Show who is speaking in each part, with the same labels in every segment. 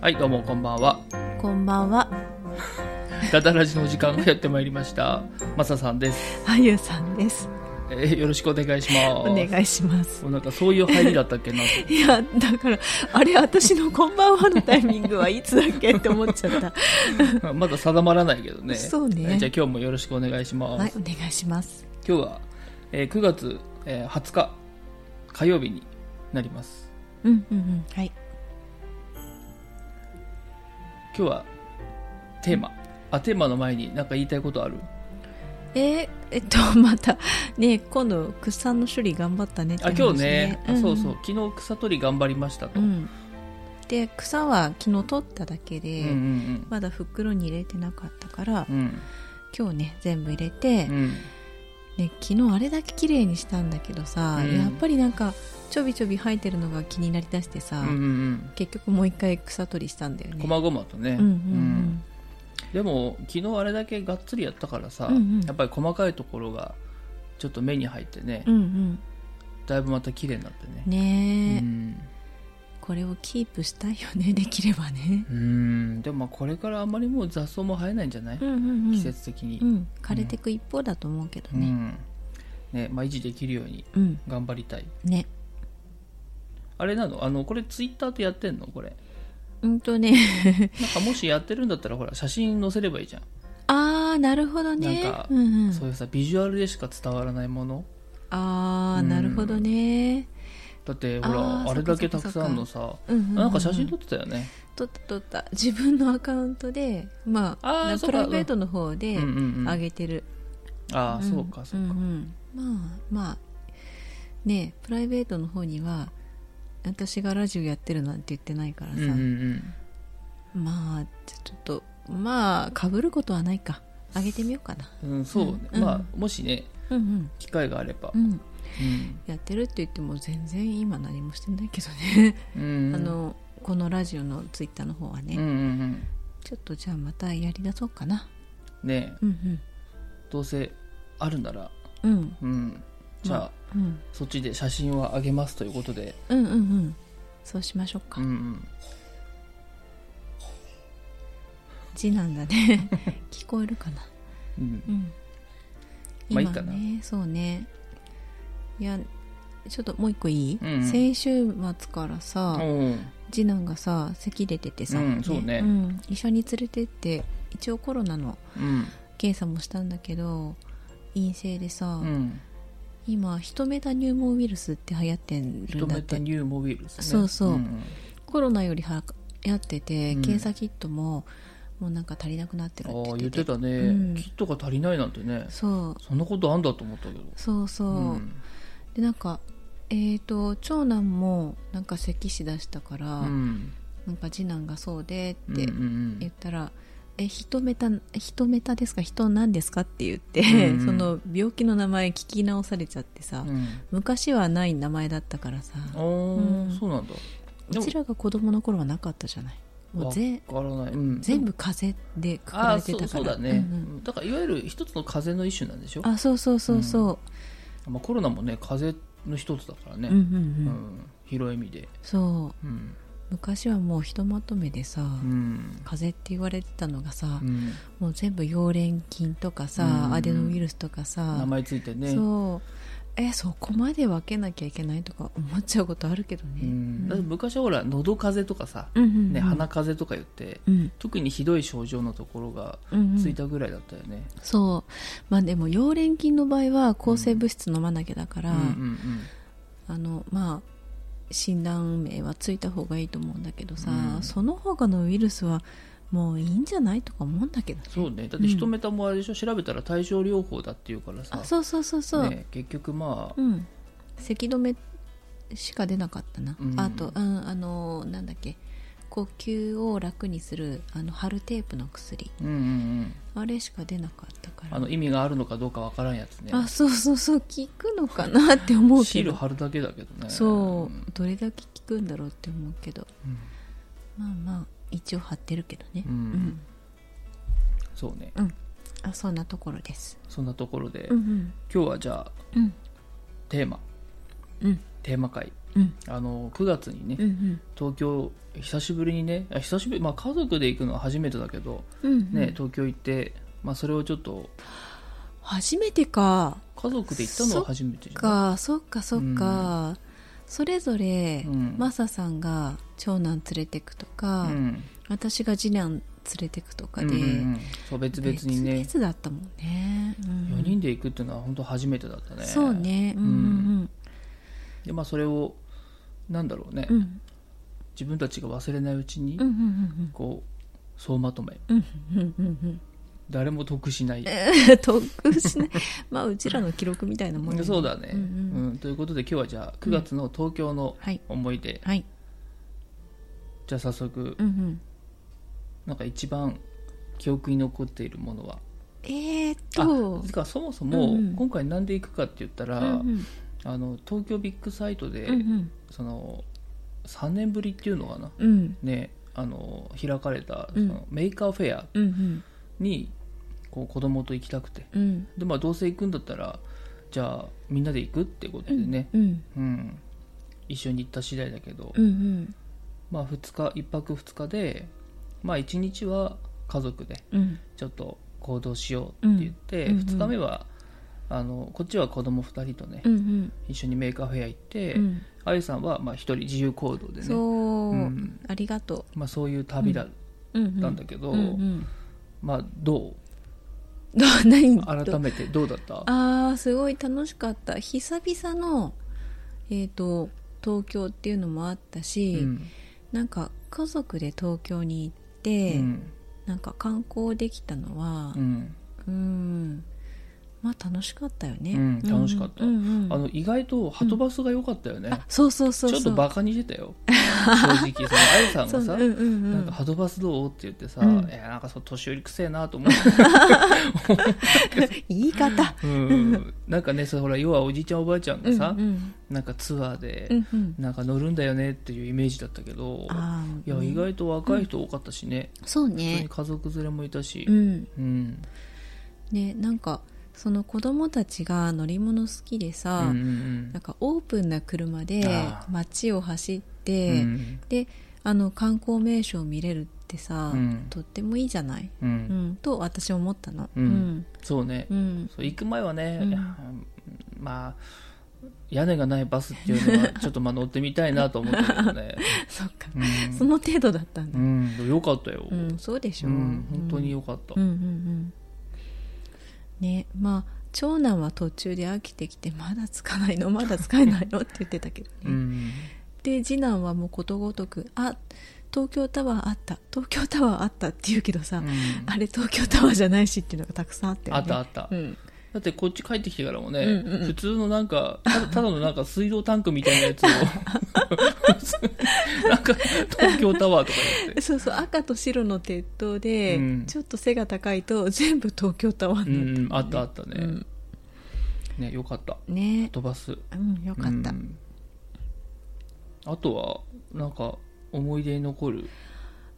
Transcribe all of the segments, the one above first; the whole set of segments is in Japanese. Speaker 1: はい、どうもこんばんは。
Speaker 2: こんばんは、
Speaker 1: ダダラジのお時間がやってまいりました。マサさんです。
Speaker 2: あゆさんです。
Speaker 1: えーよろしくお願いします。
Speaker 2: お願いします。
Speaker 1: もうなんかそういう入りだったっけなと。
Speaker 2: いや、だから、あれ、私のこんばんはのタイミングはいつだっけって思っちゃ った。
Speaker 1: まあ まだ定まらないけどね。
Speaker 2: そうね
Speaker 1: えーじゃあ今日もよろしくお願いします。
Speaker 2: はい、お願いします。
Speaker 1: 今日は、えー9月、えー20日火曜日になります。
Speaker 2: うんうんうん、はい。
Speaker 1: 今日はテーマ。あ、テーマの前に何か言いたいことある
Speaker 2: えーえっと、また、ね、今度、草の処理頑張ったねって
Speaker 1: あ、
Speaker 2: 話、
Speaker 1: 今日ね、あ
Speaker 2: ん
Speaker 1: そうそう、昨日草取り頑張りましたと。
Speaker 2: う。ん。で、草は昨日取っただけ
Speaker 1: う
Speaker 2: で、
Speaker 1: んうん
Speaker 2: まだ袋に入れてなかったから
Speaker 1: う、ん。
Speaker 2: 今日ね、全部入れて、
Speaker 1: うん。うん。
Speaker 2: ね、昨日あれだけ綺麗にしたんだけどさ、
Speaker 1: うん
Speaker 2: やっぱりなんかちょびちょび生えてるのが気になりだしてさ、
Speaker 1: うんうんうん。
Speaker 2: 結局もう一回草取りしたんだよね
Speaker 1: こまごまとね。
Speaker 2: うんうん
Speaker 1: でも昨日あれだけがっつりやったからさ、
Speaker 2: うんうん
Speaker 1: やっぱり細かいところがちょっと目に入ってね、
Speaker 2: うんうん
Speaker 1: だいぶまた綺麗になってね
Speaker 2: うんねえ、
Speaker 1: うん
Speaker 2: これをキープしたいよねできればね、
Speaker 1: うんでもまあこれからあんまりもう雑草も生えないんじゃない、
Speaker 2: うんうんうん、
Speaker 1: 季節的に、
Speaker 2: うん枯れてく一方だと思うけど
Speaker 1: うん
Speaker 2: ね
Speaker 1: ねまあ、維持できるように
Speaker 2: うん、
Speaker 1: 頑張りたい
Speaker 2: ね
Speaker 1: あれなのあのこれツイッターとやってんのこれ
Speaker 2: うんとね
Speaker 1: なんかもしやってるんだったらほら写真載せればいいじゃん、
Speaker 2: ああなるほどね
Speaker 1: なんか
Speaker 2: うんうん、
Speaker 1: そういうさビジュアルでしか伝わらないもの
Speaker 2: ああなるほどね、
Speaker 1: だってほら
Speaker 2: あ
Speaker 1: あ
Speaker 2: ー
Speaker 1: れだけた
Speaker 2: そっ
Speaker 1: く
Speaker 2: かそっか
Speaker 1: さんのさ
Speaker 2: うんうんうんうん
Speaker 1: なんか写真撮ってたよね、
Speaker 2: 撮った撮った自分のアカウントでま
Speaker 1: あー
Speaker 2: あな
Speaker 1: そ
Speaker 2: プ
Speaker 1: うか
Speaker 2: ライベートの方で
Speaker 1: うんうんうん
Speaker 2: 上げてる、
Speaker 1: ああ、
Speaker 2: ん
Speaker 1: そうかそうか、
Speaker 2: んうんまあまあねえプライベートの方には私がラジオやってるなんて言ってないからさ、
Speaker 1: うんうんうん
Speaker 2: まあちょっとまあかぶることはないか上げてみようかな
Speaker 1: うん、そうね、
Speaker 2: うん
Speaker 1: まあもしね
Speaker 2: うん
Speaker 1: 機会があれば
Speaker 2: う、んうん
Speaker 1: うん
Speaker 2: やってるって言っても全然今何もしてないけどね、
Speaker 1: うん、
Speaker 2: あのこのラジオのツイッターの方はね、
Speaker 1: うんうんうん
Speaker 2: ちょっとじゃあまたやりだそうかな
Speaker 1: ね
Speaker 2: うん
Speaker 1: どうせあるなら、
Speaker 2: うんうん
Speaker 1: うん、じゃあ、
Speaker 2: うん
Speaker 1: そっちで写真はあげますということで、
Speaker 2: うんうんうんそうしましょうか、
Speaker 1: うんうん、
Speaker 2: 字なんだ ね聞こえるかな
Speaker 1: うん
Speaker 2: うん
Speaker 1: まあ
Speaker 2: 今
Speaker 1: いいかな
Speaker 2: ねそうねいやちょっともう一個いい、
Speaker 1: うんうん
Speaker 2: 先週末からさ、
Speaker 1: うん
Speaker 2: 次男がさ咳出ててさ、
Speaker 1: うんそうね
Speaker 2: ん一緒に連れてって一応コロナの
Speaker 1: うん
Speaker 2: 検査もしたんだけど陰性でさ、
Speaker 1: うん、
Speaker 2: 今ヒトメタニューモウイルスって流行ってる
Speaker 1: 認
Speaker 2: んだっ
Speaker 1: めた
Speaker 2: て
Speaker 1: ニューモビルスね
Speaker 2: そうそうんコロナよりは流行ってて、
Speaker 1: うん
Speaker 2: 検査キットももうなんか足りなくなってる
Speaker 1: う
Speaker 2: っ
Speaker 1: ん、
Speaker 2: て
Speaker 1: ああ言
Speaker 2: 言っ
Speaker 1: ってて
Speaker 2: て
Speaker 1: たね、
Speaker 2: うん
Speaker 1: キットが足りないなんてね
Speaker 2: そう
Speaker 1: そんなことあんだと思ったけど
Speaker 2: そうそう、
Speaker 1: ん
Speaker 2: でなんかえー、と長男もなんか咳しだしたから、
Speaker 1: うん
Speaker 2: なんか次男がそうで
Speaker 1: う
Speaker 2: っ
Speaker 1: んう
Speaker 2: て
Speaker 1: ん
Speaker 2: 言ったら「え人メタ人メタですか人なんですか?」って言って、
Speaker 1: うんうん
Speaker 2: その病気の名前聞き直されちゃってさ、
Speaker 1: うん
Speaker 2: 昔はない名前だったからさ
Speaker 1: あー
Speaker 2: うん
Speaker 1: そうなんだで
Speaker 2: う
Speaker 1: も
Speaker 2: ちらが子供の頃はなかったじゃないもうぜ
Speaker 1: わからない、うん、
Speaker 2: 全部風邪でくく
Speaker 1: あ
Speaker 2: ら
Speaker 1: あ
Speaker 2: れて
Speaker 1: そう
Speaker 2: たか
Speaker 1: そう
Speaker 2: ら
Speaker 1: だね、
Speaker 2: うんうん
Speaker 1: だからいわゆる一つの風邪の一種なんでしょ
Speaker 2: あそうそうそうそ
Speaker 1: まあ、コロナもね風邪の一つだから
Speaker 2: う、
Speaker 1: ね、
Speaker 2: うんうんうん
Speaker 1: うん広い意味で
Speaker 2: そう
Speaker 1: うん、
Speaker 2: 昔はもうひとまとめでさ、
Speaker 1: うん
Speaker 2: 風邪って言われてたのがさ、
Speaker 1: うん
Speaker 2: もう全部溶連菌とかさ、
Speaker 1: うん
Speaker 2: アデノウイルスとかさ
Speaker 1: 名前ついてね
Speaker 2: そうえそこまで分けなきゃいけないとか思っちゃうことあるけどね、
Speaker 1: うん、だって昔はほら喉風邪とかさ、
Speaker 2: うんうんうん
Speaker 1: ね、鼻風邪とか言って、
Speaker 2: うん
Speaker 1: 特にひどい症状のところが
Speaker 2: うんうん
Speaker 1: ついたぐらいだったよね、
Speaker 2: そうまあでも溶連菌の場合は抗生物質飲まなきゃだか
Speaker 1: う
Speaker 2: ら、
Speaker 1: ん、うん
Speaker 2: あのまあ診断名はついた方がいいと思うんだけどさ、
Speaker 1: うん
Speaker 2: その他のウイルスはもういいんじゃないとか思うんだけど
Speaker 1: そうねだって一メタもあれでしょ、調べたら対症療法だっていうからさ
Speaker 2: あそうそうそうそう、
Speaker 1: ね、結局まあ、
Speaker 2: うん咳止めしか出なかったな、
Speaker 1: うん
Speaker 2: あと、うん、あのーなんだっけ呼吸を楽にするあの貼るテープの薬
Speaker 1: うんうんうん、
Speaker 2: あれしか出なかったから
Speaker 1: あの意味があるのかどうかわからんやつね
Speaker 2: あそうそうそう効くのかなって思う
Speaker 1: シ
Speaker 2: け
Speaker 1: ール
Speaker 2: ど
Speaker 1: 貼るだけだけどね
Speaker 2: そ
Speaker 1: ん
Speaker 2: うどれだけ効くんだろうって思うけど、まあまあ一応貼ってるけどね
Speaker 1: う
Speaker 2: うんん、
Speaker 1: そうね
Speaker 2: うんあそんなところです
Speaker 1: そんなところで、
Speaker 2: うん
Speaker 1: 今日はじゃあ
Speaker 2: うん
Speaker 1: テーマ
Speaker 2: うん
Speaker 1: テーマ会
Speaker 2: うん
Speaker 1: あの9月にね、
Speaker 2: うん
Speaker 1: 東京久しぶりにねあ久しぶり、まあ、家族で行くのは初めてだけど、
Speaker 2: うんうん
Speaker 1: ね、東京行って、まあ、それをちょっと
Speaker 2: 初めてか
Speaker 1: 家族で行ったのは初めてじゃない
Speaker 2: かそっかそっか、それぞれ、
Speaker 1: うん
Speaker 2: マサさんが長男連れてくとか、
Speaker 1: うん
Speaker 2: 私が次男連れてくとかで、
Speaker 1: うんうんうんそう別々にね
Speaker 2: 別々だったもんね、うん
Speaker 1: 4人で行くっていうのは本当初めてだったね
Speaker 2: そうねうん
Speaker 1: でまあそれをなんだろうね、
Speaker 2: うんうんうん
Speaker 1: 自分たちが忘れないうちに、
Speaker 2: うんうん
Speaker 1: こう総まとめ
Speaker 2: うんうんうんうん
Speaker 1: 誰も得しない、
Speaker 2: うん得しない まあうちらの記録みたいなもん
Speaker 1: そうだね、
Speaker 2: う
Speaker 1: うんん
Speaker 2: うん
Speaker 1: ということで今日はじゃあ9月の東京の
Speaker 2: はい
Speaker 1: 思い出、
Speaker 2: はい
Speaker 1: じゃあ早速
Speaker 2: うんうん
Speaker 1: なんか一番記憶に残っているものは
Speaker 2: えー、っ
Speaker 1: あ
Speaker 2: と
Speaker 1: てかそもそ
Speaker 2: う
Speaker 1: も
Speaker 2: んうん
Speaker 1: 今回なんで行くかって言ったら、
Speaker 2: うんうん
Speaker 1: あの東京ビッグサイトで、
Speaker 2: うん
Speaker 1: その3年ぶりっていうのかな
Speaker 2: うんうん
Speaker 1: ねあの開かれたそ
Speaker 2: うん
Speaker 1: のメーカーフェア
Speaker 2: うんうん
Speaker 1: にこう子供と行きたくて
Speaker 2: うん
Speaker 1: で、まあ、どうせ行くんだったらじゃあみんなで行くってことでね、
Speaker 2: うん
Speaker 1: うん一緒に行った次第だけど、
Speaker 2: うんうん
Speaker 1: まあ、2日1泊2日で、まあ、1日は家族で
Speaker 2: うん
Speaker 1: ちょっと行動しようって言って、
Speaker 2: うんうんうん
Speaker 1: 2日目はあのこっちは子供2人とね、
Speaker 2: うん
Speaker 1: 一緒にメーカーフェア行って、
Speaker 2: うん
Speaker 1: あゆさんはまあ1人自由行動でね、
Speaker 2: そうう、
Speaker 1: ん
Speaker 2: ありがと
Speaker 1: まあ、そういう旅だっ
Speaker 2: う、うんうん、
Speaker 1: たんだけど、
Speaker 2: うんうん
Speaker 1: まあ、どう
Speaker 2: どう何
Speaker 1: 改めてどうだった
Speaker 2: ああすごい楽しかった久々のえっ、と東京っていうのもあったし、
Speaker 1: うん
Speaker 2: なんか家族で東京に行っ
Speaker 1: う
Speaker 2: て、
Speaker 1: ん
Speaker 2: なんか観光できたのは
Speaker 1: うん
Speaker 2: うんまあ楽しかったよね、
Speaker 1: うん楽しかった
Speaker 2: うんうん
Speaker 1: あの意外とはとバスが良かったよね、
Speaker 2: あそうそうそうそう
Speaker 1: ちょっとバカにしてた よ正直そのあゆさん
Speaker 2: そ
Speaker 1: が
Speaker 2: う
Speaker 1: さ、
Speaker 2: うんうんうん
Speaker 1: なんかハドバスどうって言ってさ、
Speaker 2: うん
Speaker 1: いやなんかそう年寄りくせえなと思って
Speaker 2: 言い方
Speaker 1: うんなんかねそほら要はおじいちゃんおばあちゃんがさ、
Speaker 2: うんうん
Speaker 1: なんかツアーで
Speaker 2: うんうん
Speaker 1: なんか乗るんだよねっていうイメージだったけど、
Speaker 2: あ
Speaker 1: いや
Speaker 2: ー
Speaker 1: 意外と若い人多かったしね、
Speaker 2: そう
Speaker 1: 普通
Speaker 2: ね
Speaker 1: に家族連れもいたし
Speaker 2: う、ん
Speaker 1: うん
Speaker 2: ねなんかその子供たちが乗り物好きで
Speaker 1: うん
Speaker 2: さ、なんかオープンな車で
Speaker 1: あー
Speaker 2: 街を走
Speaker 1: う
Speaker 2: っ
Speaker 1: んう
Speaker 2: て、
Speaker 1: ん
Speaker 2: であの観光名所を見れるってさ、
Speaker 1: うん
Speaker 2: とってもいいじゃない、
Speaker 1: う
Speaker 2: うんん、と私思ったのう
Speaker 1: うんんそうね、
Speaker 2: うん
Speaker 1: そう行く前はね、
Speaker 2: うん
Speaker 1: うんまあ屋根がないバスっていうのはちょっとまあ乗ってみたいなと思ったけど ね、
Speaker 2: そっか、
Speaker 1: うん
Speaker 2: その程度だったんだ
Speaker 1: うん、でもよかったよ、
Speaker 2: う、
Speaker 1: うんん
Speaker 2: そうでしょう、
Speaker 1: 本当によかった
Speaker 2: うん、うんうんねまあ長男は途中で飽きてきてまだつかないのまだつかないのって言ってたけどね、
Speaker 1: うん
Speaker 2: で次男はもうことごとくあ東京タワーあった東京タワーあったって言うけどさ、
Speaker 1: うん
Speaker 2: あれ東京タワーじゃないしっていうのがたくさんあったよ
Speaker 1: あ
Speaker 2: ね
Speaker 1: ったあった、
Speaker 2: うん、
Speaker 1: だってこっち帰ってきてからもね、
Speaker 2: うんうん
Speaker 1: 普通のなんかただただのなんか水道タンクみたいなや つをなんか東京タワーとか言って
Speaker 2: そうそう赤と白の鉄塔で、
Speaker 1: うん
Speaker 2: ちょっと背が高いと全部東京タワー
Speaker 1: う
Speaker 2: になっ
Speaker 1: ん
Speaker 2: た、
Speaker 1: あったあったね、
Speaker 2: うん
Speaker 1: ねよかった
Speaker 2: ね
Speaker 1: 飛ばすよ
Speaker 2: うんよかった、
Speaker 1: あとはなんか思い出に残る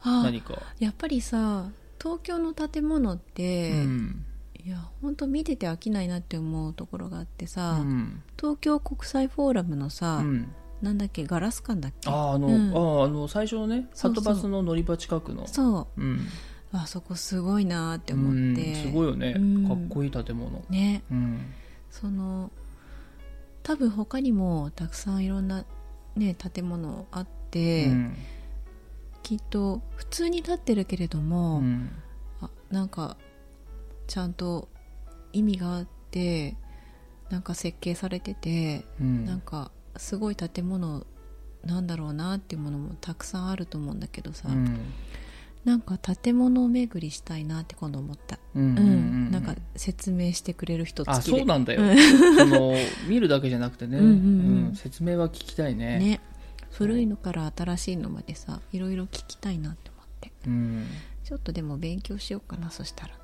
Speaker 2: ああ
Speaker 1: 何か
Speaker 2: やっぱりさ東京の建物って、
Speaker 1: うん
Speaker 2: いや本当見てて飽きないなって思うところがあって
Speaker 1: う
Speaker 2: さ、
Speaker 1: ん
Speaker 2: 東京国際フォーラムの
Speaker 1: う
Speaker 2: さ、
Speaker 1: ん
Speaker 2: なんだっけガラス館だっけ
Speaker 1: あーあの、
Speaker 2: うん
Speaker 1: あーあの最初のね
Speaker 2: そ
Speaker 1: ハ
Speaker 2: うそう
Speaker 1: トバスの乗り場近くの
Speaker 2: そう
Speaker 1: うん
Speaker 2: あそこすごいなーって
Speaker 1: う
Speaker 2: 思っ
Speaker 1: ん
Speaker 2: て、
Speaker 1: すごいよね、
Speaker 2: うん
Speaker 1: かっこいい建物
Speaker 2: ね
Speaker 1: うん
Speaker 2: その多分他にもたくさんいろんな、ね、建物あって、
Speaker 1: うん
Speaker 2: きっと普通に立ってるけれども、
Speaker 1: うん
Speaker 2: あなんかちゃんと意味があってなんか設計されてて、
Speaker 1: うん
Speaker 2: なんかすごい建物なんだろうなっていうものもたくさんあると思うんだけどさ、
Speaker 1: うん
Speaker 2: なんか建物を巡りしたいなって今度思った、
Speaker 1: うん
Speaker 2: う
Speaker 1: うんんう
Speaker 2: なんか説明してくれる人
Speaker 1: あ
Speaker 2: 付き
Speaker 1: そう
Speaker 2: で
Speaker 1: なんだよ、
Speaker 2: う
Speaker 1: その見るだけじゃなくてね、
Speaker 2: うんうんうん
Speaker 1: うん説明は聞きたいね
Speaker 2: ね古いのから新しいのまでさいろいろ聞きたいなって思って
Speaker 1: うん、
Speaker 2: ちょっとでも勉強しようかなそしたら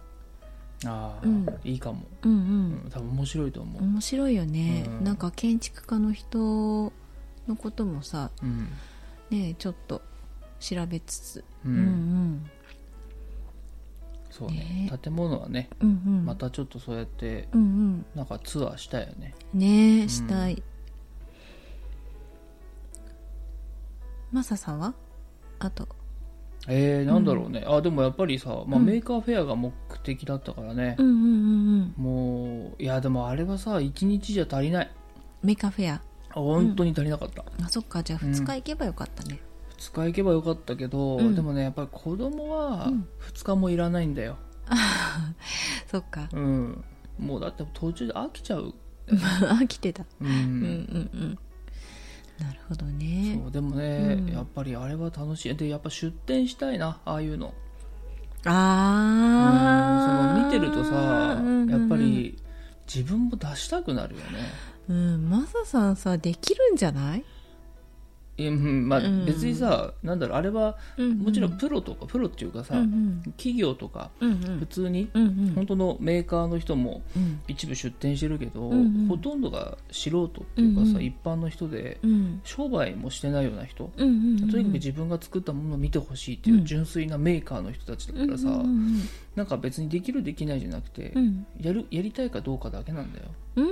Speaker 1: ああ、
Speaker 2: うん
Speaker 1: いいかも、
Speaker 2: うんう、
Speaker 1: うんん、多分面白いと思う、
Speaker 2: 面白いよね、
Speaker 1: うん
Speaker 2: なんか建築家の人のこともさ
Speaker 1: うん
Speaker 2: ねちょっと調べつつ、
Speaker 1: う
Speaker 2: うんん、うん
Speaker 1: そうね
Speaker 2: ね
Speaker 1: 建物はね
Speaker 2: うんうん
Speaker 1: またちょっとそうやって
Speaker 2: うん
Speaker 1: なんかツアーしたいよね
Speaker 2: うんねしたい、マサさんはあと
Speaker 1: えー、なんだろうね、あでもやっぱりさ、まあ、
Speaker 2: うん
Speaker 1: メーカーフェアが目的だったからね
Speaker 2: う、んうんうんうん
Speaker 1: もういやでもあれはさ1日じゃ足りない
Speaker 2: メカフェア
Speaker 1: 本当に足りなかった、
Speaker 2: あそっかじゃあ
Speaker 1: うん
Speaker 2: 2日行けばよかったね、
Speaker 1: 2日行けばよかったけど、
Speaker 2: うん
Speaker 1: でもねやっぱり子供は
Speaker 2: うん
Speaker 1: 2日もいらないんだよ、
Speaker 2: そっか
Speaker 1: うん、もうだって途中で飽きちゃう、
Speaker 2: 飽きてた
Speaker 1: うん
Speaker 2: うんうんうんなるほどね
Speaker 1: そうでもね、
Speaker 2: うん
Speaker 1: やっぱりあれは楽しいでやっぱ出店したいなああいうのうん
Speaker 2: あ
Speaker 1: そ
Speaker 2: あ
Speaker 1: の見てるとさ、
Speaker 2: うんうんうん
Speaker 1: やっぱり自分も出したくなるよね
Speaker 2: うんマサさんさできるんじゃない
Speaker 1: いやうんまあ、
Speaker 2: うん
Speaker 1: 別にさなんだろうあれはもちろんプロとかプロっていうかさ、
Speaker 2: うん
Speaker 1: 企業とか
Speaker 2: うんうん
Speaker 1: 普通に
Speaker 2: うんうん
Speaker 1: 本当のメーカーの人も
Speaker 2: うん
Speaker 1: 一部出店してるけど、
Speaker 2: うんうん
Speaker 1: ほとんどが素人っていうかさ、
Speaker 2: うんうん
Speaker 1: 一般の人で
Speaker 2: うん
Speaker 1: 商売もしてないような人、
Speaker 2: うんうんうん
Speaker 1: とにかく自分が作ったものを見てほしいっていう純粋なメーカーの人たちだからさ、
Speaker 2: うんうん
Speaker 1: なんか別にできるできないじゃなくて、
Speaker 2: うん
Speaker 1: やるやりたいかどうかだけなんだよ、
Speaker 2: うんう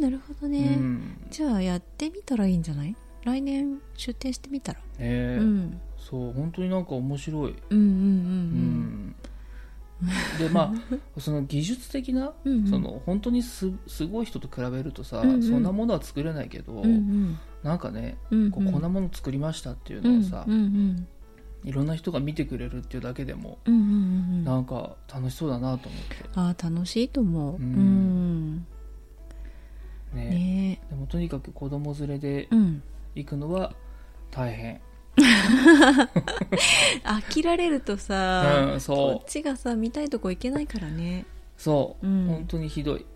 Speaker 2: んなるほどね、
Speaker 1: うん
Speaker 2: じゃあやってみたらいいんじゃない来年出店してみたら、
Speaker 1: ねえ
Speaker 2: うん、
Speaker 1: そう本当になんか面白い、
Speaker 2: うんうん
Speaker 1: うんでま あその技術的な
Speaker 2: うんうんうん
Speaker 1: その本当にすすごい人と比べるとさ、
Speaker 2: うんうん
Speaker 1: そんなものは作れないけど、
Speaker 2: うんうん
Speaker 1: なんかね
Speaker 2: うんうん
Speaker 1: こうこんなもの作りましたっていうのをさ、
Speaker 2: うんうん
Speaker 1: いろんな人が見てくれるっていうだけでも
Speaker 2: うんうんうんうん
Speaker 1: なんか楽しそうだなと思って、
Speaker 2: あー楽しいと思うう
Speaker 1: うん
Speaker 2: ん
Speaker 1: ね
Speaker 2: ね
Speaker 1: でもとにかく子供連れで
Speaker 2: うん
Speaker 1: 行くのは大変、
Speaker 2: 飽きられるとさ、
Speaker 1: うん、
Speaker 2: こ
Speaker 1: そ
Speaker 2: っ
Speaker 1: う
Speaker 2: ちがさ見たいとこ行けないからね
Speaker 1: そう、
Speaker 2: うん
Speaker 1: 本当にひどい、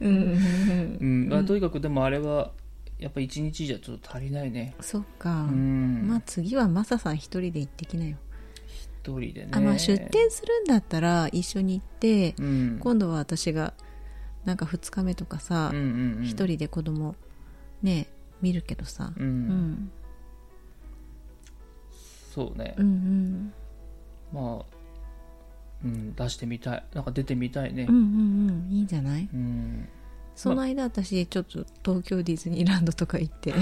Speaker 2: うんうんうん
Speaker 1: うんまあとにかくでもあれはやっぱ一日じゃちょっと足りないね
Speaker 2: そっか、
Speaker 1: うん
Speaker 2: まあ次はマサさん一人で行ってきなよ、
Speaker 1: 一人でね
Speaker 2: あまあ出店するんだったら一緒に行って、
Speaker 1: うん
Speaker 2: 今度は私がなんか2日目とかさ、
Speaker 1: うんうんうん
Speaker 2: 一人で子供ね見るけどさ、
Speaker 1: うん
Speaker 2: うん、
Speaker 1: そうね、
Speaker 2: うんうん
Speaker 1: まあ、うん、出してみたいなんか出てみたいね
Speaker 2: うんうんうんいいんじゃない
Speaker 1: うん、
Speaker 2: その間私ちょっと東京ディズニーランドとか行って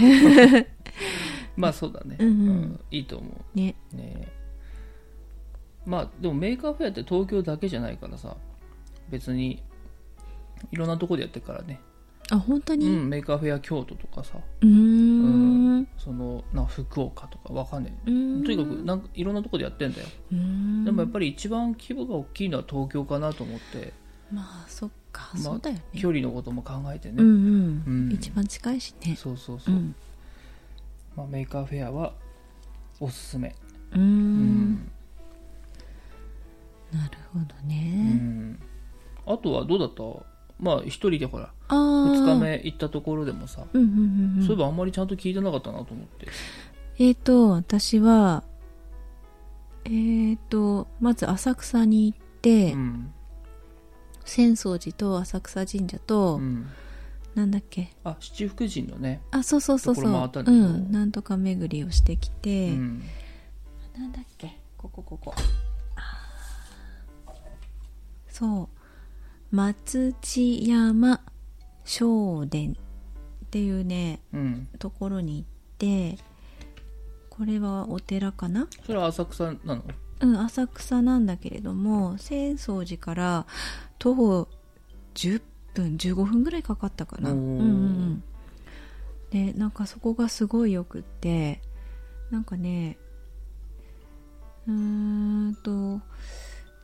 Speaker 1: まあそうだね、
Speaker 2: うんうん
Speaker 1: いいと思
Speaker 2: ね
Speaker 1: うねまあでもメーカーフェアって東京だけじゃないからさ別にいろんなとこでやってるからね、
Speaker 2: あ本当
Speaker 1: う
Speaker 2: に
Speaker 1: ん、メーカーフェア京都とかさ
Speaker 2: うー
Speaker 1: うんそのなんか福岡とかわかんない
Speaker 2: と
Speaker 1: とにかく
Speaker 2: う
Speaker 1: なんかいろんなとこでやってんだよ、
Speaker 2: ーん
Speaker 1: でもやっぱり一番規模が大きいのは東京かなと思って
Speaker 2: まあそっか、
Speaker 1: まあ
Speaker 2: そうだよね
Speaker 1: 距離のことも考えて
Speaker 2: う
Speaker 1: ね、
Speaker 2: んうん、
Speaker 1: うん
Speaker 2: 一番近いしね
Speaker 1: そうそうそうう、
Speaker 2: ん
Speaker 1: まあ、メーカーフェアはおすすめ
Speaker 2: うーん
Speaker 1: うん、
Speaker 2: なるほど
Speaker 1: う
Speaker 2: ね、
Speaker 1: んあとはどうだったまあ一人でほら
Speaker 2: ああ
Speaker 1: 2日
Speaker 2: 目
Speaker 1: 目行ったところでもさ
Speaker 2: うんうんうん、うん、
Speaker 1: そういえばあんまりちゃんと聞いてなかったなと思って
Speaker 2: えーと、私は、えーと、まず浅草に行って、
Speaker 1: うん、
Speaker 2: 浅草寺と浅草神社
Speaker 1: う
Speaker 2: と、
Speaker 1: ん、
Speaker 2: なんだっけ、
Speaker 1: あ七福神のね、
Speaker 2: あ、そうそうそうそ
Speaker 1: ところ回っ
Speaker 2: う、
Speaker 1: たん
Speaker 2: う
Speaker 1: だけど
Speaker 2: ん、なんとか巡りをしてきて、
Speaker 1: うん、
Speaker 2: なんだっけ、ここここ。あーそう、松千山正殿っていうね、
Speaker 1: うん、
Speaker 2: ところに行って、これはお寺かな
Speaker 1: それは浅草なの
Speaker 2: うん、浅草なんだけれども浅草寺から徒歩10分15分ぐらいかかったかな、
Speaker 1: お
Speaker 2: う
Speaker 1: ー
Speaker 2: んうんうん、でなんかそこがすごいよくってなんかねうーんと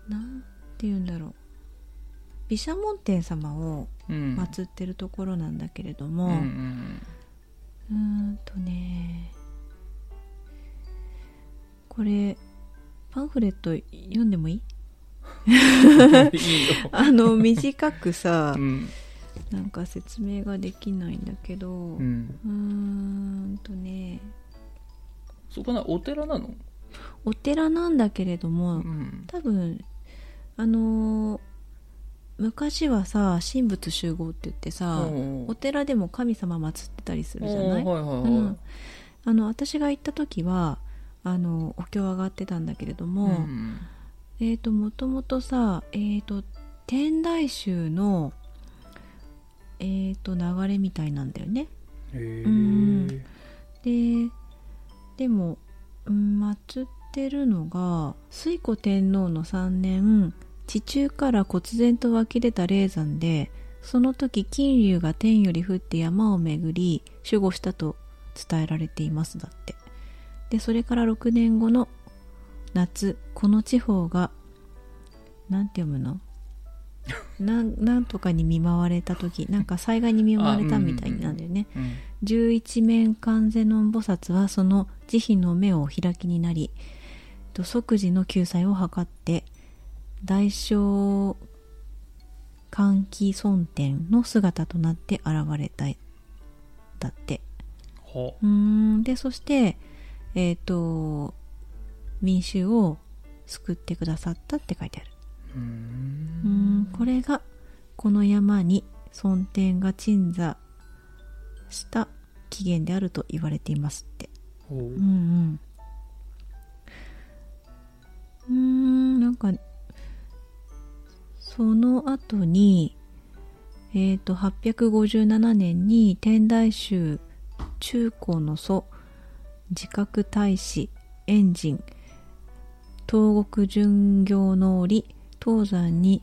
Speaker 2: なんて言うんだろう毘沙門天様を
Speaker 1: うん
Speaker 2: 祀ってるところなんだけれど
Speaker 1: う
Speaker 2: も、
Speaker 1: んうん
Speaker 2: うーんとねこれパンフレット読んでもいい
Speaker 1: いいよ、
Speaker 2: あの短くさ
Speaker 1: うん
Speaker 2: なんか説明ができないんだけど
Speaker 1: う、
Speaker 2: うんーんとね
Speaker 1: そこなお寺なの、
Speaker 2: お寺なんだけれど
Speaker 1: う
Speaker 2: も
Speaker 1: ん、
Speaker 2: 多分あのー昔はさ神仏集合って言ってさ
Speaker 1: お
Speaker 2: お寺でも神様祀ってたりするじゃ
Speaker 1: お
Speaker 2: ない
Speaker 1: はいはいはい、
Speaker 2: うんあの私が行った時はあのお経を上がってたんだけれども、
Speaker 1: うん
Speaker 2: えー、ともともとさ、えー、と天台宗の、えー、と流れみたいなんだよね
Speaker 1: へえ
Speaker 2: うんででも、うん、祀ってるのが推古天皇の3年地中から忽然と湧き出た霊山でその時金龍が天より降って山を巡り守護したと伝えられていますだってでそれから6年後の夏この地方がなんて読むのなんなんとかに見舞われた時なんか災害に見舞われたみたいなんだよね、
Speaker 1: うん
Speaker 2: 十一面観世音菩薩はその慈悲の目をお開きになりと即時の救済を図って大正換気尊天の姿となって現れただって
Speaker 1: ほ
Speaker 2: うーんでそしてえっ、と民衆を救ってくださったって書いてある
Speaker 1: ううーん
Speaker 2: うーんこれがこの山に尊天が鎮座した起源であると言われていますって
Speaker 1: ほう
Speaker 2: うんうんうーんなんかその後にえっ、と857年に天台宗中高の祖自覚大使円仁東国巡業の折東山に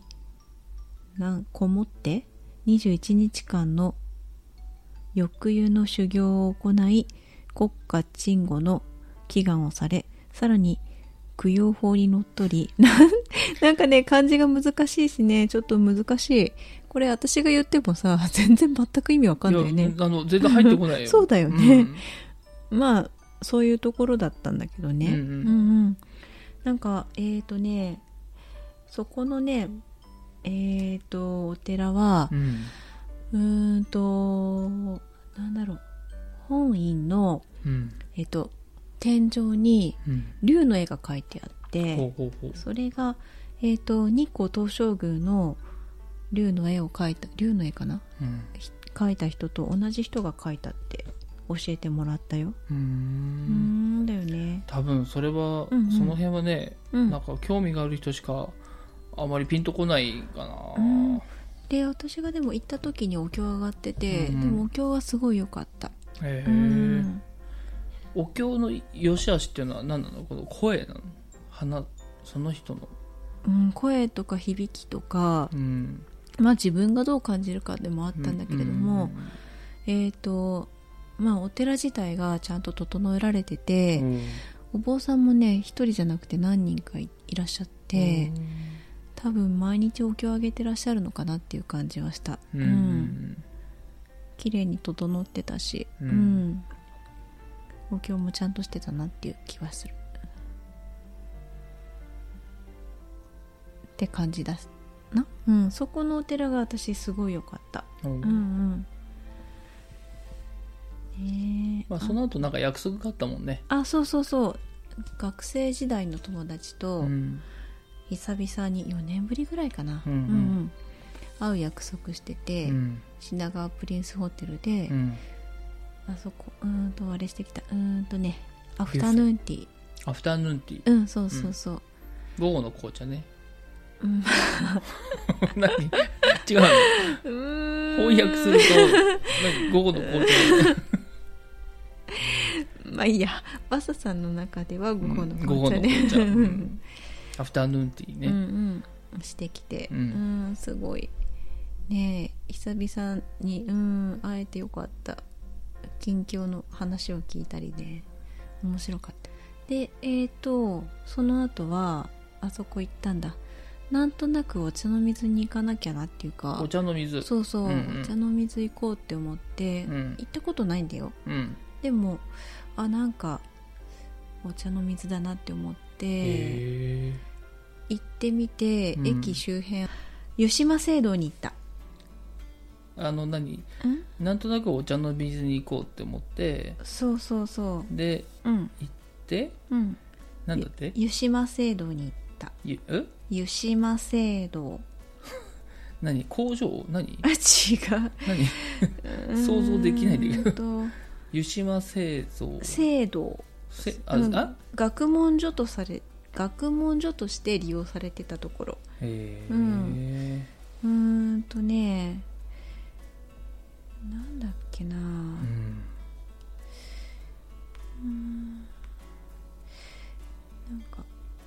Speaker 2: なんこもって21日間の抑湯の修行を行い国家鎮護の祈願をされさらに供養法にのっとりなんなんかね漢字が難しいしねちょっと難しいこれ私が言ってもさ全然全く意味わかんないよ
Speaker 1: い
Speaker 2: ね
Speaker 1: やあの全然入ってこないよ
Speaker 2: そうだよね、
Speaker 1: うん
Speaker 2: まあそういうところだったんだけどね、
Speaker 1: うんうん
Speaker 2: うんなんかえっ、ー、とねそこのねえっ、ー、とお寺は
Speaker 1: うん
Speaker 2: うーんとなんだろう本院の
Speaker 1: うん
Speaker 2: えっ、と天井に
Speaker 1: うん
Speaker 2: 龍の絵が描いてあって
Speaker 1: ほうほうほう
Speaker 2: それが、えー、と日光東照宮の龍の絵を描いた龍の絵かな
Speaker 1: うん
Speaker 2: ひ描いた人と同じ人が描いたって教えてもらったよ
Speaker 1: うー
Speaker 2: うんーんだよね
Speaker 1: 多分それは、
Speaker 2: うんうん
Speaker 1: その辺はね、
Speaker 2: うん
Speaker 1: なんか興味がある人しかあまりピンとこないかな、
Speaker 2: うんで私がでも行った時にお経上がってて、
Speaker 1: うん
Speaker 2: でもお経はすごい良かった
Speaker 1: へえ、
Speaker 2: うん
Speaker 1: お経の良し悪しっていうのは何なのこの声なの鼻その人の
Speaker 2: うん声とか響きとか
Speaker 1: う、ん
Speaker 2: まあ、自分がどう感じるかでもあったんだけれども、えっ、とまあお寺自体がちゃんと整えられて
Speaker 1: う
Speaker 2: て、
Speaker 1: ん
Speaker 2: お坊さんもね一人じゃなくて何人かいいらっしゃって、多分毎日お経をあげてらっしゃるのかなっていう感じはした
Speaker 1: う
Speaker 2: うん
Speaker 1: ん
Speaker 2: 綺麗に整ってたし、
Speaker 1: う
Speaker 2: うんんお経もちゃんとしてたなっていう気はするって感じだな、うん、そこのお寺が私すごい良かった
Speaker 1: うん
Speaker 2: うんうんねえ
Speaker 1: まあ、その後なんか約束があったもんね
Speaker 2: ああそうそうそう学生時代の友達と、
Speaker 1: うん
Speaker 2: 久々に4年ぶりぐらいかな、
Speaker 1: うんうん
Speaker 2: ん会う約束してて、
Speaker 1: うん
Speaker 2: 品川プリンスホテルで、
Speaker 1: うん
Speaker 2: あそこうーんとあれしてきたうーんとねアフタヌーンティー
Speaker 1: アフタヌーンティー
Speaker 2: うんそうそうそう、
Speaker 1: 午後の紅茶ね
Speaker 2: うん
Speaker 1: 何 違うの翻訳すると何午後の紅茶
Speaker 2: まあいいやマサさんの中では午後
Speaker 1: う
Speaker 2: の
Speaker 1: ん午後の
Speaker 2: 紅茶
Speaker 1: 紅茶、
Speaker 2: ね
Speaker 1: う
Speaker 2: うんん
Speaker 1: アフタヌーンティー
Speaker 2: う
Speaker 1: ね、
Speaker 2: んうんしてきて
Speaker 1: う
Speaker 2: うんん、すごいねえ久々にうん会えてよかった近況の話を聞いたりね面白かったでえっ、とその後はあそこ行ったんだなんとなくお茶の水に行かなきゃなっていうか
Speaker 1: お茶の水
Speaker 2: そうそう、
Speaker 1: うんうん
Speaker 2: お茶の水行こうって思って、
Speaker 1: うん
Speaker 2: 行ったことないんだよ
Speaker 1: うん
Speaker 2: でもあなんかお茶の水だなって思って
Speaker 1: へえ
Speaker 2: 行ってみて、
Speaker 1: うん
Speaker 2: 駅周辺湯島聖堂に行った
Speaker 1: あの何
Speaker 2: うん
Speaker 1: なんとなくお茶の水に行こうって思って
Speaker 2: そうそうそ
Speaker 1: で
Speaker 2: ううん
Speaker 1: で
Speaker 2: うん
Speaker 1: なんだって
Speaker 2: 湯島聖堂に行った
Speaker 1: ゆえ
Speaker 2: 湯島 聖堂
Speaker 1: 何工場何
Speaker 2: あ違
Speaker 1: 何
Speaker 2: う
Speaker 1: 想像できないんだけど
Speaker 2: ど
Speaker 1: 湯島製造
Speaker 2: 聖堂
Speaker 1: せあ、
Speaker 2: うん
Speaker 1: あ
Speaker 2: 学問所とされ学問所として利用されてたところ
Speaker 1: へえ、
Speaker 2: ううーんとねなんだっけな
Speaker 1: うん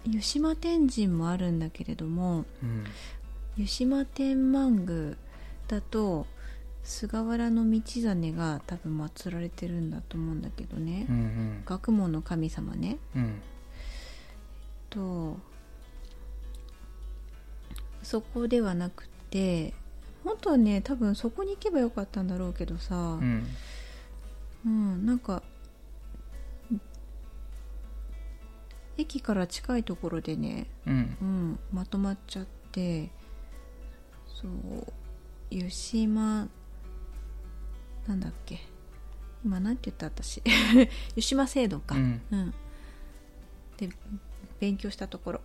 Speaker 2: 湯島天神もあるんだけれども
Speaker 1: うん
Speaker 2: 湯島天満宮だと菅原道真が多分祀られてるんだと思うんだけどね、
Speaker 1: うん
Speaker 2: 学問の神様ね
Speaker 1: うんうん
Speaker 2: とそこではなくて本当はね多分そこに行けばよかったんだろうけどさ
Speaker 1: う、ん
Speaker 2: うん、なんか駅から近いところでね、
Speaker 1: うん
Speaker 2: うん、まとまっちゃってそう湯島なんだっけ今なんて言った私 湯島制度か、
Speaker 1: うん
Speaker 2: うん、で勉強したところ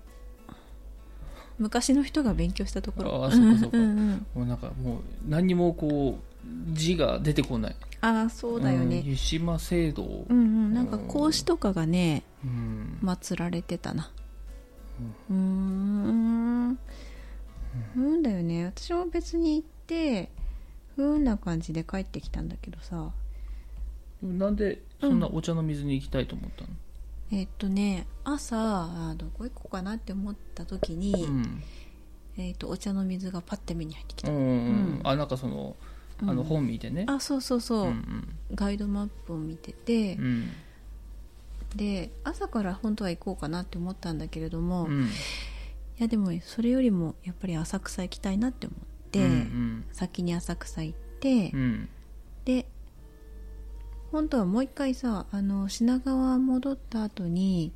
Speaker 2: 昔の人が勉強したところ
Speaker 1: あーそっかそっか
Speaker 2: んんん
Speaker 1: もうなんかもう何にもこう字が出てこない
Speaker 2: ああそうだよ
Speaker 1: ん
Speaker 2: ね
Speaker 1: 湯島聖堂う
Speaker 2: うんうんなんか孔子とかがね
Speaker 1: ん
Speaker 2: 祀られてたなうーんうんだよね私も別に行って不運な感じで帰ってきたんだけどさ
Speaker 1: でもなんでそんなお茶の水に行きたいと思ったの
Speaker 2: えっとね朝あーどこ行こうかなって思った時に、
Speaker 1: うん
Speaker 2: えっとお茶の水がパッて目に入ってき
Speaker 1: う
Speaker 2: た、
Speaker 1: ん
Speaker 2: うん
Speaker 1: あなんかそのあ
Speaker 2: うん
Speaker 1: の本見てね
Speaker 2: あそうそうそうう、
Speaker 1: ん
Speaker 2: ガイドマップを見てて、
Speaker 1: うん
Speaker 2: で朝から本当は行こうかなって思ったんだけれども、
Speaker 1: う
Speaker 2: い
Speaker 1: ん
Speaker 2: やでもそれよりもやっぱり浅草行きたいなって思って、
Speaker 1: うん
Speaker 2: 先に浅草行って、
Speaker 1: うんうん
Speaker 2: で本当はもう一回さあの品川戻った後に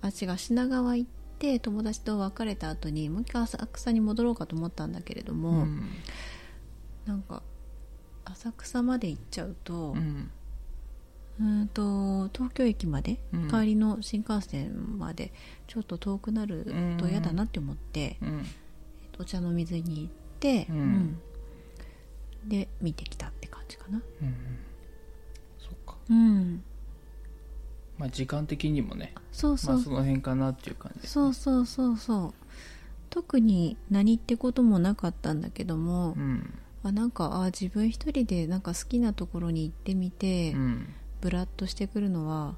Speaker 2: あ違う品川行って友達と別れた後にもう一回浅草に戻ろうかと思ったんだけれども、
Speaker 1: うん
Speaker 2: なんか浅草まで行っちゃうと、
Speaker 1: うん
Speaker 2: うーんと東京駅まで、
Speaker 1: うん
Speaker 2: 帰りの新幹線までちょっと遠くなると嫌だなって思って、
Speaker 1: うん
Speaker 2: えっとお茶の水に行って、
Speaker 1: うん
Speaker 2: うんで見てきたって感じかな
Speaker 1: うんそっか
Speaker 2: うん
Speaker 1: まあ時間的にもね
Speaker 2: そうそ
Speaker 1: まあ
Speaker 2: う、
Speaker 1: その辺かなっていう感じ
Speaker 2: そうそうそうそう特に何ってこともなかったんだけども、
Speaker 1: うん
Speaker 2: あなんかあ自分一人でなんか好きなところに行ってみて、
Speaker 1: うん
Speaker 2: ブラッとしてくるのは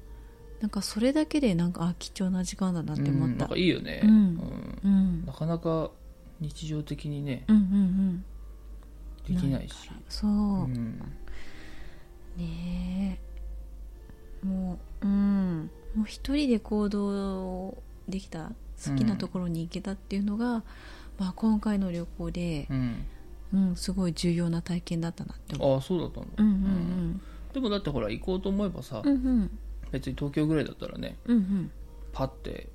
Speaker 2: なんかそれだけでなんかあ貴重な時間だなって思
Speaker 1: うん
Speaker 2: っ
Speaker 1: な
Speaker 2: た
Speaker 1: んかいいよね
Speaker 2: う
Speaker 1: う
Speaker 2: ん
Speaker 1: ん
Speaker 2: うん
Speaker 1: なかなか日常的にね
Speaker 2: うんうんうん
Speaker 1: できないし
Speaker 2: そう、
Speaker 1: うん
Speaker 2: ねえもううんもう一人で行動できた好きなところに行けたっていうのが、まあ、今回の旅行で
Speaker 1: う、ん
Speaker 2: うん、すごい重要な体験だったなって思う
Speaker 1: ああそうだったんだ
Speaker 2: うんうん
Speaker 1: でもだってほら行こうと思えばさ
Speaker 2: うんうんうん
Speaker 1: 別に東京ぐらいだったらね
Speaker 2: うんうん
Speaker 1: パッて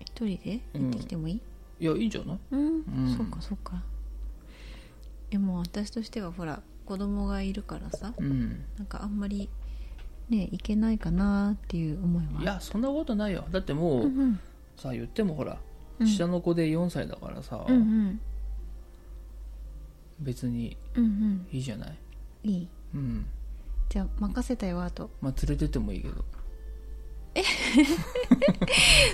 Speaker 2: 一人で行ってきてもいい
Speaker 1: いやいいんじゃない
Speaker 2: うん、
Speaker 1: うん
Speaker 2: そうかそうかでも私としてはほら子供がいるからさ
Speaker 1: うん
Speaker 2: なんかあんまりね行けないかなっていう思いはい
Speaker 1: やそんなことないよだってもう
Speaker 2: う
Speaker 1: ん
Speaker 2: うん
Speaker 1: さ言ってもほら
Speaker 2: うん
Speaker 1: 下の子で4歳だからさ
Speaker 2: うんうん
Speaker 1: 別に
Speaker 2: うん
Speaker 1: いいじゃない
Speaker 2: うんいい
Speaker 1: うん
Speaker 2: じゃあ任せたよあと
Speaker 1: まあ連れてってもいいけど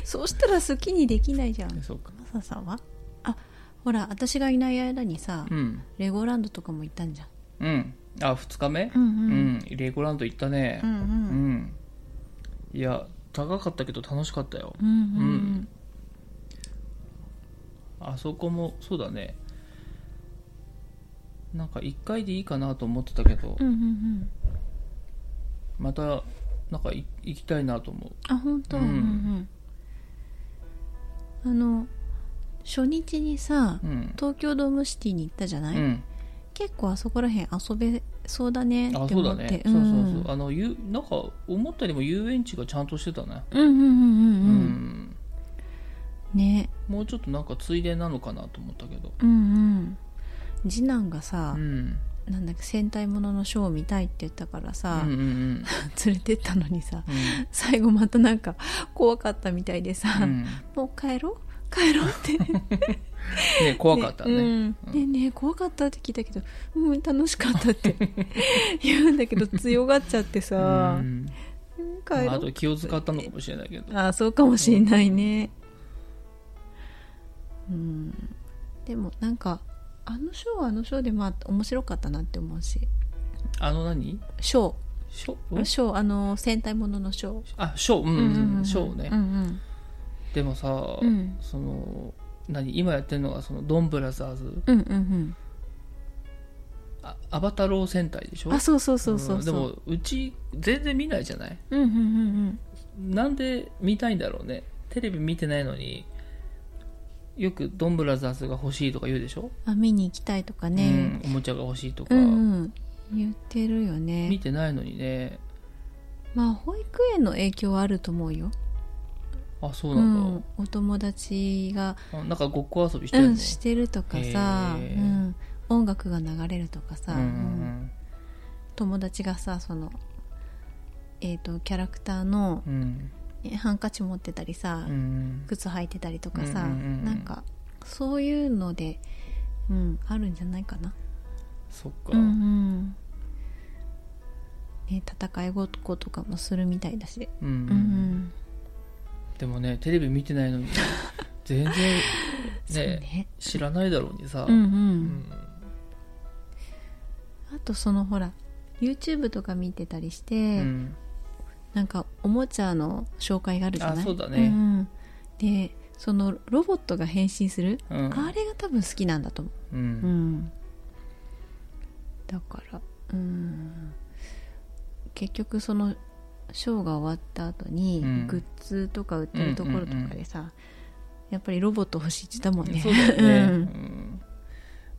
Speaker 2: そうしたら好きにできないじゃんマ
Speaker 1: そうか
Speaker 2: サさんはあほら私がいない間にさ、
Speaker 1: うん
Speaker 2: レゴランドとかも行ったんじゃん
Speaker 1: うんあ2日目
Speaker 2: うん
Speaker 1: うんレゴランド行ったね
Speaker 2: うんうん
Speaker 1: う
Speaker 2: うん
Speaker 1: んいや高かったけど楽しかったよ
Speaker 2: うんうん
Speaker 1: あそこもそうだねなんか1回でいいかなと思ってたけど
Speaker 2: うんうんうん
Speaker 1: またなんかい行きたいなと思う
Speaker 2: あ本当、
Speaker 1: うん
Speaker 2: うんうんあの初日にさ、
Speaker 1: うん、
Speaker 2: 東京ドームシティに行ったじゃない、
Speaker 1: うん、
Speaker 2: 結構あそこら辺遊べそうだねって思
Speaker 1: あ
Speaker 2: って
Speaker 1: そうだね、
Speaker 2: ん
Speaker 1: そうそうそうあのゆなんか思ったよりも遊園地がちゃんとしてたね
Speaker 2: うんうんうん
Speaker 1: う
Speaker 2: うんうん、ね
Speaker 1: もうちょっとなんかついでなのかなと思ったけど
Speaker 2: うんうん次男がさ
Speaker 1: う、ん
Speaker 2: なんだっけ戦隊もののショーを見たいって言ったからさ、
Speaker 1: うんうんうん
Speaker 2: 連れてったのにさ
Speaker 1: うん
Speaker 2: 最後またなんか怖かったみたいでさ、
Speaker 1: うん
Speaker 2: もう帰ろう帰ろうって
Speaker 1: ね怖かったね
Speaker 2: ね,、うん、ねえねえ怖かったって聞いたけどうん楽しかったって 言うんだけど強がっちゃって
Speaker 1: う
Speaker 2: さ、
Speaker 1: ん
Speaker 2: うん帰
Speaker 1: まあ、
Speaker 2: ろ
Speaker 1: あ
Speaker 2: う
Speaker 1: と気を使ったのかもしれないけど
Speaker 2: あそうかもしれないねうん、でもなんかあのショーはあのショーでまあ面白かったなって思うし
Speaker 1: あの何
Speaker 2: ショ
Speaker 1: ショ
Speaker 2: ー
Speaker 1: ー
Speaker 2: ショーあの戦隊もののショー
Speaker 1: あショーうん、うんショーね、
Speaker 2: うんうん
Speaker 1: でもさ、
Speaker 2: うん
Speaker 1: その何今やってるのがそのドンブラザーズ
Speaker 2: うんうん
Speaker 1: あアバタロー戦隊でし
Speaker 2: う
Speaker 1: ょ
Speaker 2: んあそうそうそうそう
Speaker 1: うん
Speaker 2: そ
Speaker 1: で
Speaker 2: う
Speaker 1: もうち全然見ないじゃない
Speaker 2: うんうんうん
Speaker 1: なんで見たいんだろうねテレビ見てないのによくドンブラザーズが欲しいとか言うでしょ、
Speaker 2: うんあ見に行きたいとかね、
Speaker 1: うん、おもちゃが欲しいと
Speaker 2: う
Speaker 1: か、
Speaker 2: ん、うん言ってるよ
Speaker 1: 見
Speaker 2: ね
Speaker 1: てないのにね
Speaker 2: まあ保育園の影響はあると思うよ
Speaker 1: あそうなんだ、
Speaker 2: うん、お友達が
Speaker 1: あなんかごっこ遊びして
Speaker 2: う
Speaker 1: るの、
Speaker 2: ん、してるとかさ、う
Speaker 1: へー
Speaker 2: ん、音楽が流れるとかさ、
Speaker 1: うんうん
Speaker 2: 友達がさその、えー、とキャラクターの
Speaker 1: うんうん
Speaker 2: えハンカチ持ってたりさ、
Speaker 1: うん
Speaker 2: 靴履いてたりとかさ、
Speaker 1: うんうんうんうん
Speaker 2: なんかそういうので、うん、あるんじゃないかな、
Speaker 1: そっか、
Speaker 2: うんうんね、戦いごっことかもするみたいだし、
Speaker 1: うん
Speaker 2: うんうん
Speaker 1: でもねテレビ見てないのに全然ね
Speaker 2: そうね
Speaker 1: 知らないだろうにさ、
Speaker 2: うんう、
Speaker 1: うんん
Speaker 2: あとそのほら YouTube とか見てたりして、
Speaker 1: うん
Speaker 2: なんかおもちゃの紹介があるじゃない
Speaker 1: あそうだね
Speaker 2: んでそのロボットが変身する、
Speaker 1: うん
Speaker 2: あれが多分好きなんだと思
Speaker 1: う
Speaker 2: う、うんん、だからうん結局そのショーが終わった後に、
Speaker 1: うん
Speaker 2: グッズとか売ってるところとかでさ、やっぱりロボット欲しいって言ったもんね
Speaker 1: そうだよね、
Speaker 2: う
Speaker 1: うんん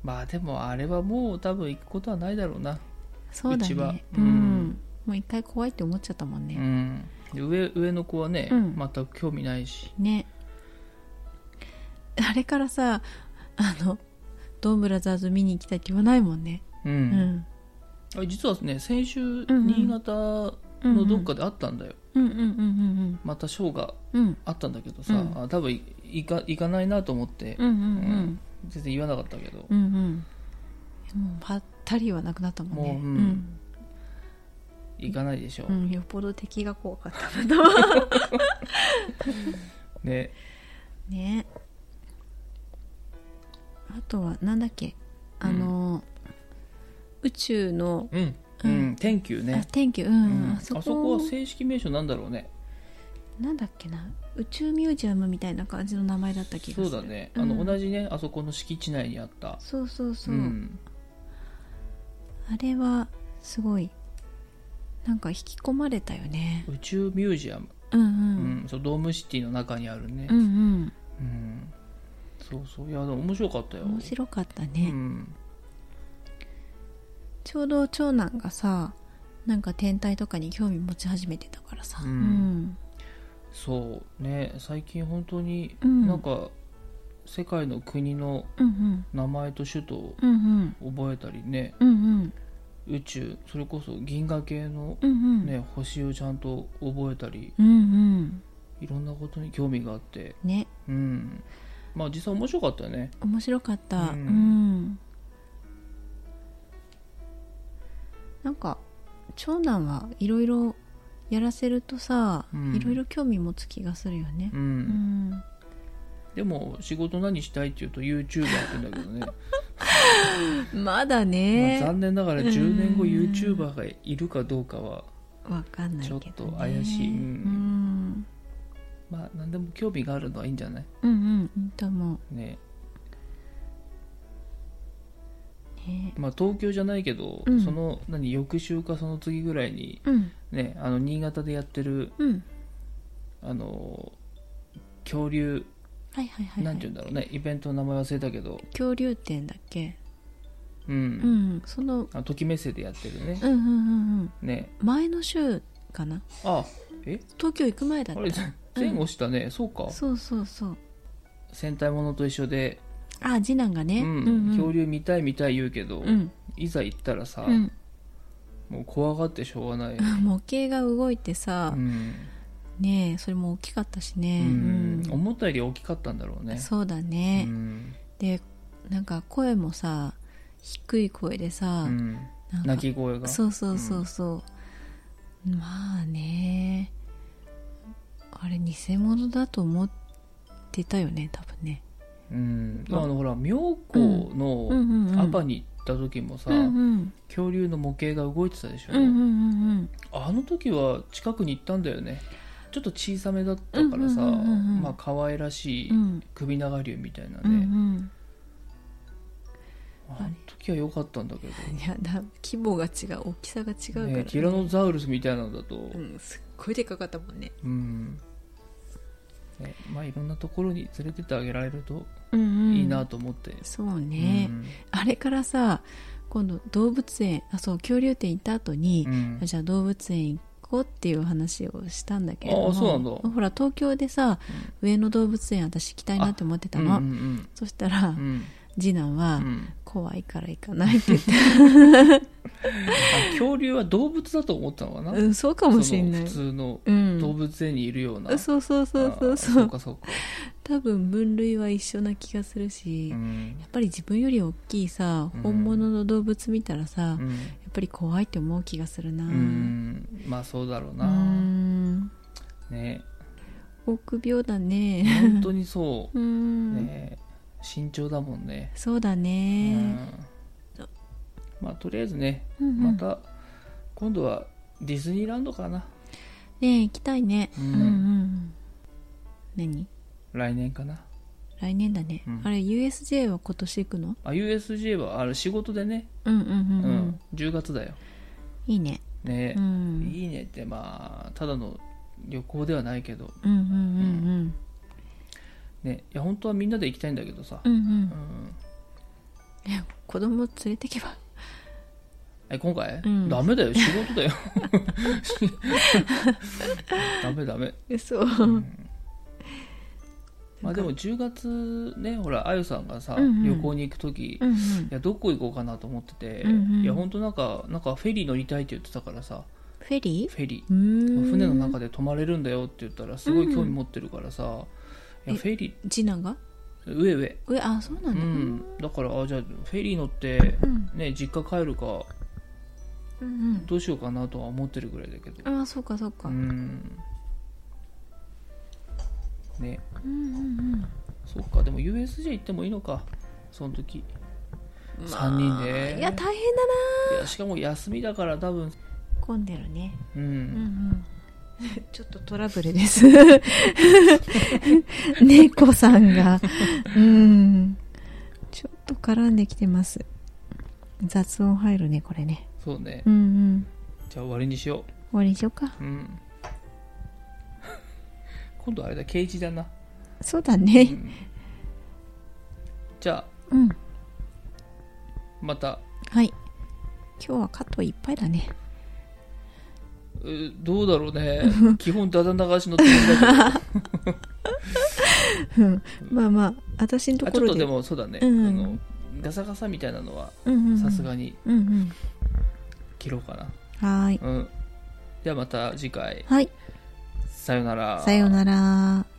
Speaker 1: まあでもあれはもう多分行くことはないだろうな、
Speaker 2: そうだ
Speaker 1: うちは
Speaker 2: ねう、
Speaker 1: うんん
Speaker 2: もう一回怖いって思っちゃったもん
Speaker 1: う
Speaker 2: ね、
Speaker 1: ん、で上上の子はね、
Speaker 2: うん
Speaker 1: 全く興味ないし
Speaker 2: ねあれからさあのドンブラザーズ見に行きたい気はないもんね
Speaker 1: う、
Speaker 2: うんん
Speaker 1: あ実はね先週
Speaker 2: うん
Speaker 1: 新潟のどっかであったんだよ、
Speaker 2: うんうんうん
Speaker 1: またショーが
Speaker 2: うんうん
Speaker 1: あったんだけどさ、
Speaker 2: うん
Speaker 1: あ多分行か行かないなと思って、
Speaker 2: うんうん
Speaker 1: 全然言わなかったけど、
Speaker 2: うんうんうんもうばったりはなくなったもんね
Speaker 1: もう、うん行かないでしょ、
Speaker 2: うんうんよっぽど敵が怖かったんだと思う
Speaker 1: ね
Speaker 2: ねあとはなんだっけあの、宇宙の、
Speaker 1: うん、
Speaker 2: う
Speaker 1: うんん、天球
Speaker 2: あ
Speaker 1: ね、
Speaker 2: 天気うん、
Speaker 1: うん
Speaker 2: あそこ
Speaker 1: あそこは正式名称なんだろうね
Speaker 2: なんだっけな宇宙ミュージアムみたいな感じの名前だった気がす
Speaker 1: そ
Speaker 2: る
Speaker 1: うだね、
Speaker 2: うん
Speaker 1: あの同じねあそこの敷地内にあった
Speaker 2: そうそうそう、
Speaker 1: ん、
Speaker 2: あれはすごいなんか引き込まれたよね
Speaker 1: 宇宙ミュージアム、
Speaker 2: うんう
Speaker 1: うん
Speaker 2: ん、
Speaker 1: そうドームシティの中にあるね
Speaker 2: うん、うん
Speaker 1: うんそうそういやでも面白かったよ
Speaker 2: 面白かった
Speaker 1: う
Speaker 2: ね、
Speaker 1: ん、
Speaker 2: ちょうど長男がさなんか天体とかに興味持ち始めてたからさ
Speaker 1: うんそうね最近本当に
Speaker 2: うん
Speaker 1: なんか世界の国の
Speaker 2: うんうん
Speaker 1: 名前と首都を
Speaker 2: うんうん
Speaker 1: 覚えたりね
Speaker 2: うんうん
Speaker 1: 宇宙それこそ銀河系の、
Speaker 2: うんうん
Speaker 1: ね星をちゃんと覚えたり
Speaker 2: うんうん
Speaker 1: いろんなことに興味があって
Speaker 2: ね
Speaker 1: うんまあ実際面白かったよね
Speaker 2: 面白かったう、
Speaker 1: うんん
Speaker 2: なんか長男はいろいろやらせるとさ
Speaker 1: うん
Speaker 2: いろいろ興味持つ気がするよね
Speaker 1: う
Speaker 2: うんん、
Speaker 1: でも仕事何したいって言うと YouTuber って言うんだけ どね、
Speaker 2: まだ
Speaker 1: まあ
Speaker 2: ね
Speaker 1: 残念ながら10年後
Speaker 2: うん
Speaker 1: YouTuber がいるかどうかは
Speaker 2: わかんないけど、ね、
Speaker 1: ちょっと怪しいうん
Speaker 2: うん
Speaker 1: まあ何でも興味があるのはいいんじゃない
Speaker 2: うんうんいいと思
Speaker 1: ね
Speaker 2: うね
Speaker 1: まあ東京じゃないけど、
Speaker 2: うん
Speaker 1: その何翌週かその次ぐらいに
Speaker 2: うん
Speaker 1: ねあの新潟でやってる
Speaker 2: うん
Speaker 1: あの恐竜
Speaker 2: はいはいはい、
Speaker 1: な
Speaker 2: は
Speaker 1: んて言う
Speaker 2: い、
Speaker 1: んだろうねイベントの名前忘れたけど
Speaker 2: 恐竜展だっけ
Speaker 1: うん、
Speaker 2: うんその
Speaker 1: あのときめせでやってるね
Speaker 2: うんうんうんうん
Speaker 1: ね
Speaker 2: 前の週かな
Speaker 1: あえ
Speaker 2: 東京行く前だっ
Speaker 1: あれ
Speaker 2: た
Speaker 1: 前後したね、そうか
Speaker 2: そうそうそう
Speaker 1: 戦隊ものと一緒で
Speaker 2: あ次男がね、
Speaker 1: うん恐竜見たい見たい言うけど、
Speaker 2: うん
Speaker 1: いざ行ったらさ、
Speaker 2: うん
Speaker 1: もう怖がってしょうがない、
Speaker 2: 模型が動いてさ
Speaker 1: う、ん
Speaker 2: ねえそれも大きかったし
Speaker 1: う
Speaker 2: ね、
Speaker 1: ん
Speaker 2: うん
Speaker 1: 思ったより大きかったんだろうね
Speaker 2: そうだ
Speaker 1: う
Speaker 2: ね、
Speaker 1: ん
Speaker 2: でなんか声もさ低い声でさ、
Speaker 1: うん
Speaker 2: なんか
Speaker 1: 泣き声が
Speaker 2: そうそうそうそう、まあねあれ偽物だと思ってたよね多分ね
Speaker 1: うん、
Speaker 2: まあ
Speaker 1: あのほら妙高
Speaker 2: うん
Speaker 1: の
Speaker 2: うんうん
Speaker 1: アパに行った時もさ、
Speaker 2: うんうん
Speaker 1: 恐竜の模型が動いてたでしょ、
Speaker 2: うんうんうんうん
Speaker 1: あの時は近くに行ったんだよねちょっと小さめだったからさ、
Speaker 2: うんうんうんうんうん
Speaker 1: まあ可愛らしい
Speaker 2: うん
Speaker 1: 首長竜みたいなね、
Speaker 2: うんうん
Speaker 1: あの時は良かったんだけど
Speaker 2: いやだ規模が違う大きさが違うから、
Speaker 1: ね、ティラノザウルスみたいなのだと、う
Speaker 2: うんん、すっごいでかかったもんね
Speaker 1: ねまあ、いろんなところに連れてってあげられると
Speaker 2: うん、
Speaker 1: いいなと思って、
Speaker 2: そう
Speaker 1: う
Speaker 2: ね、
Speaker 1: ん
Speaker 2: あれからさ今度動物園あそう恐竜展行った後に
Speaker 1: う、ん
Speaker 2: じゃあ動物園行こうっていう話をしたんだけれども
Speaker 1: あそうなんだ
Speaker 2: ほら東京でさ、上野動物園私行きたいなって思ってたの、
Speaker 1: うんうん
Speaker 2: そしたら、
Speaker 1: うんうん
Speaker 2: 次男は、
Speaker 1: うん
Speaker 2: 怖いから行かないって言っ
Speaker 1: あ
Speaker 2: て、
Speaker 1: 恐竜は動物だと思ったのかな、
Speaker 2: うん、そうかもしんない
Speaker 1: その
Speaker 2: う
Speaker 1: 普通の動
Speaker 2: ん
Speaker 1: 物園にいるような、
Speaker 2: そうそうそうそ
Speaker 1: あ
Speaker 2: う
Speaker 1: ー
Speaker 2: そ
Speaker 1: そう
Speaker 2: う
Speaker 1: かそうか、
Speaker 2: 多分分類は一緒な気がするし、
Speaker 1: う
Speaker 2: や
Speaker 1: ん
Speaker 2: っぱり自分より大きいさ
Speaker 1: うん
Speaker 2: 本物の動物見たらさ、
Speaker 1: う
Speaker 2: や
Speaker 1: ん
Speaker 2: っぱり怖いって思う気がするな
Speaker 1: うんまあそうだろうな、
Speaker 2: うん
Speaker 1: ね
Speaker 2: 臆病だね
Speaker 1: 本 当にそうう、
Speaker 2: ん、
Speaker 1: ね、慎重だもんね、
Speaker 2: そうだ
Speaker 1: う
Speaker 2: ね、
Speaker 1: んまあとりあえずね
Speaker 2: うんうん
Speaker 1: また今度はディズニーランドかな
Speaker 2: ねえ行きたいね、
Speaker 1: う
Speaker 2: うんん、うんうん何
Speaker 1: 来年かな
Speaker 2: 来年だね、
Speaker 1: うん
Speaker 2: あれ USJ は今年行くの
Speaker 1: あ USJ はあれ仕事でね、
Speaker 2: うんうんうん
Speaker 1: う
Speaker 2: うんん、
Speaker 1: 10月だよ
Speaker 2: いいね、
Speaker 1: ね
Speaker 2: う、ん、
Speaker 1: いいねってまあただの旅行ではないけど
Speaker 2: うんうんうん
Speaker 1: ねいや本当はみんなで行きたいんだけどさ、
Speaker 2: うんうんう
Speaker 1: うんん
Speaker 2: 子供連れてけば
Speaker 1: え今回、
Speaker 2: うん
Speaker 1: ダメだよ仕事だ よダメダメ、
Speaker 2: そう
Speaker 1: うんまあでも10月ねほらあゆさんがさ、
Speaker 2: うんうん
Speaker 1: 旅行に行く時、
Speaker 2: うん
Speaker 1: いやどこ行こうかなと思ってて、
Speaker 2: うんうん
Speaker 1: いや本当なんかなんかフェリー乗りたいって言ってたからさ
Speaker 2: フェリ
Speaker 1: フェリ
Speaker 2: ーう
Speaker 1: ー
Speaker 2: ん
Speaker 1: 船の中で泊まれるんだよって言ったらすごい興味持ってるからさ、い
Speaker 2: え
Speaker 1: やフェリ
Speaker 2: 次男が
Speaker 1: ー上上
Speaker 2: 上あそうな
Speaker 1: うん
Speaker 2: だ、
Speaker 1: んだからあじゃあフェリー乗って、
Speaker 2: うん
Speaker 1: ね、実家帰るか
Speaker 2: うん
Speaker 1: どうしようかなとは思ってるぐらいだけど
Speaker 2: うんあそうかそう
Speaker 1: う
Speaker 2: か、
Speaker 1: んね
Speaker 2: うんうんうん
Speaker 1: そっかでも USJ 行ってもいいのかその時三人で
Speaker 2: いや大変だない
Speaker 1: やしかも休みだから多分
Speaker 2: 混んでるね
Speaker 1: う
Speaker 2: うん
Speaker 1: ん、
Speaker 2: ちょっとトラブルです 猫さんがうんちょっと絡んできてます雑音入るねこれね
Speaker 1: そうね
Speaker 2: うんうん
Speaker 1: じゃあ終わりにしよう
Speaker 2: 終わりにしようか
Speaker 1: うん、 今度あれだケージだな、
Speaker 2: そうだ
Speaker 1: う
Speaker 2: ね
Speaker 1: んじゃあ
Speaker 2: うん
Speaker 1: また
Speaker 2: はい今日はカットいっぱいだね
Speaker 1: うどうだろう ね基本ダダ流しのつもりだ
Speaker 2: うんまあまあ私の
Speaker 1: けど
Speaker 2: と
Speaker 1: あち
Speaker 2: こ
Speaker 1: ょっ
Speaker 2: ろ
Speaker 1: と
Speaker 2: で
Speaker 1: でもそうだね、
Speaker 2: うん
Speaker 1: あのガサガサみたいなのは
Speaker 2: うんうんうん
Speaker 1: さすがに
Speaker 2: うんうん
Speaker 1: 切ろうかな、
Speaker 2: はーい
Speaker 1: うん、ではまた次回
Speaker 2: はい
Speaker 1: さよなら
Speaker 2: さようなら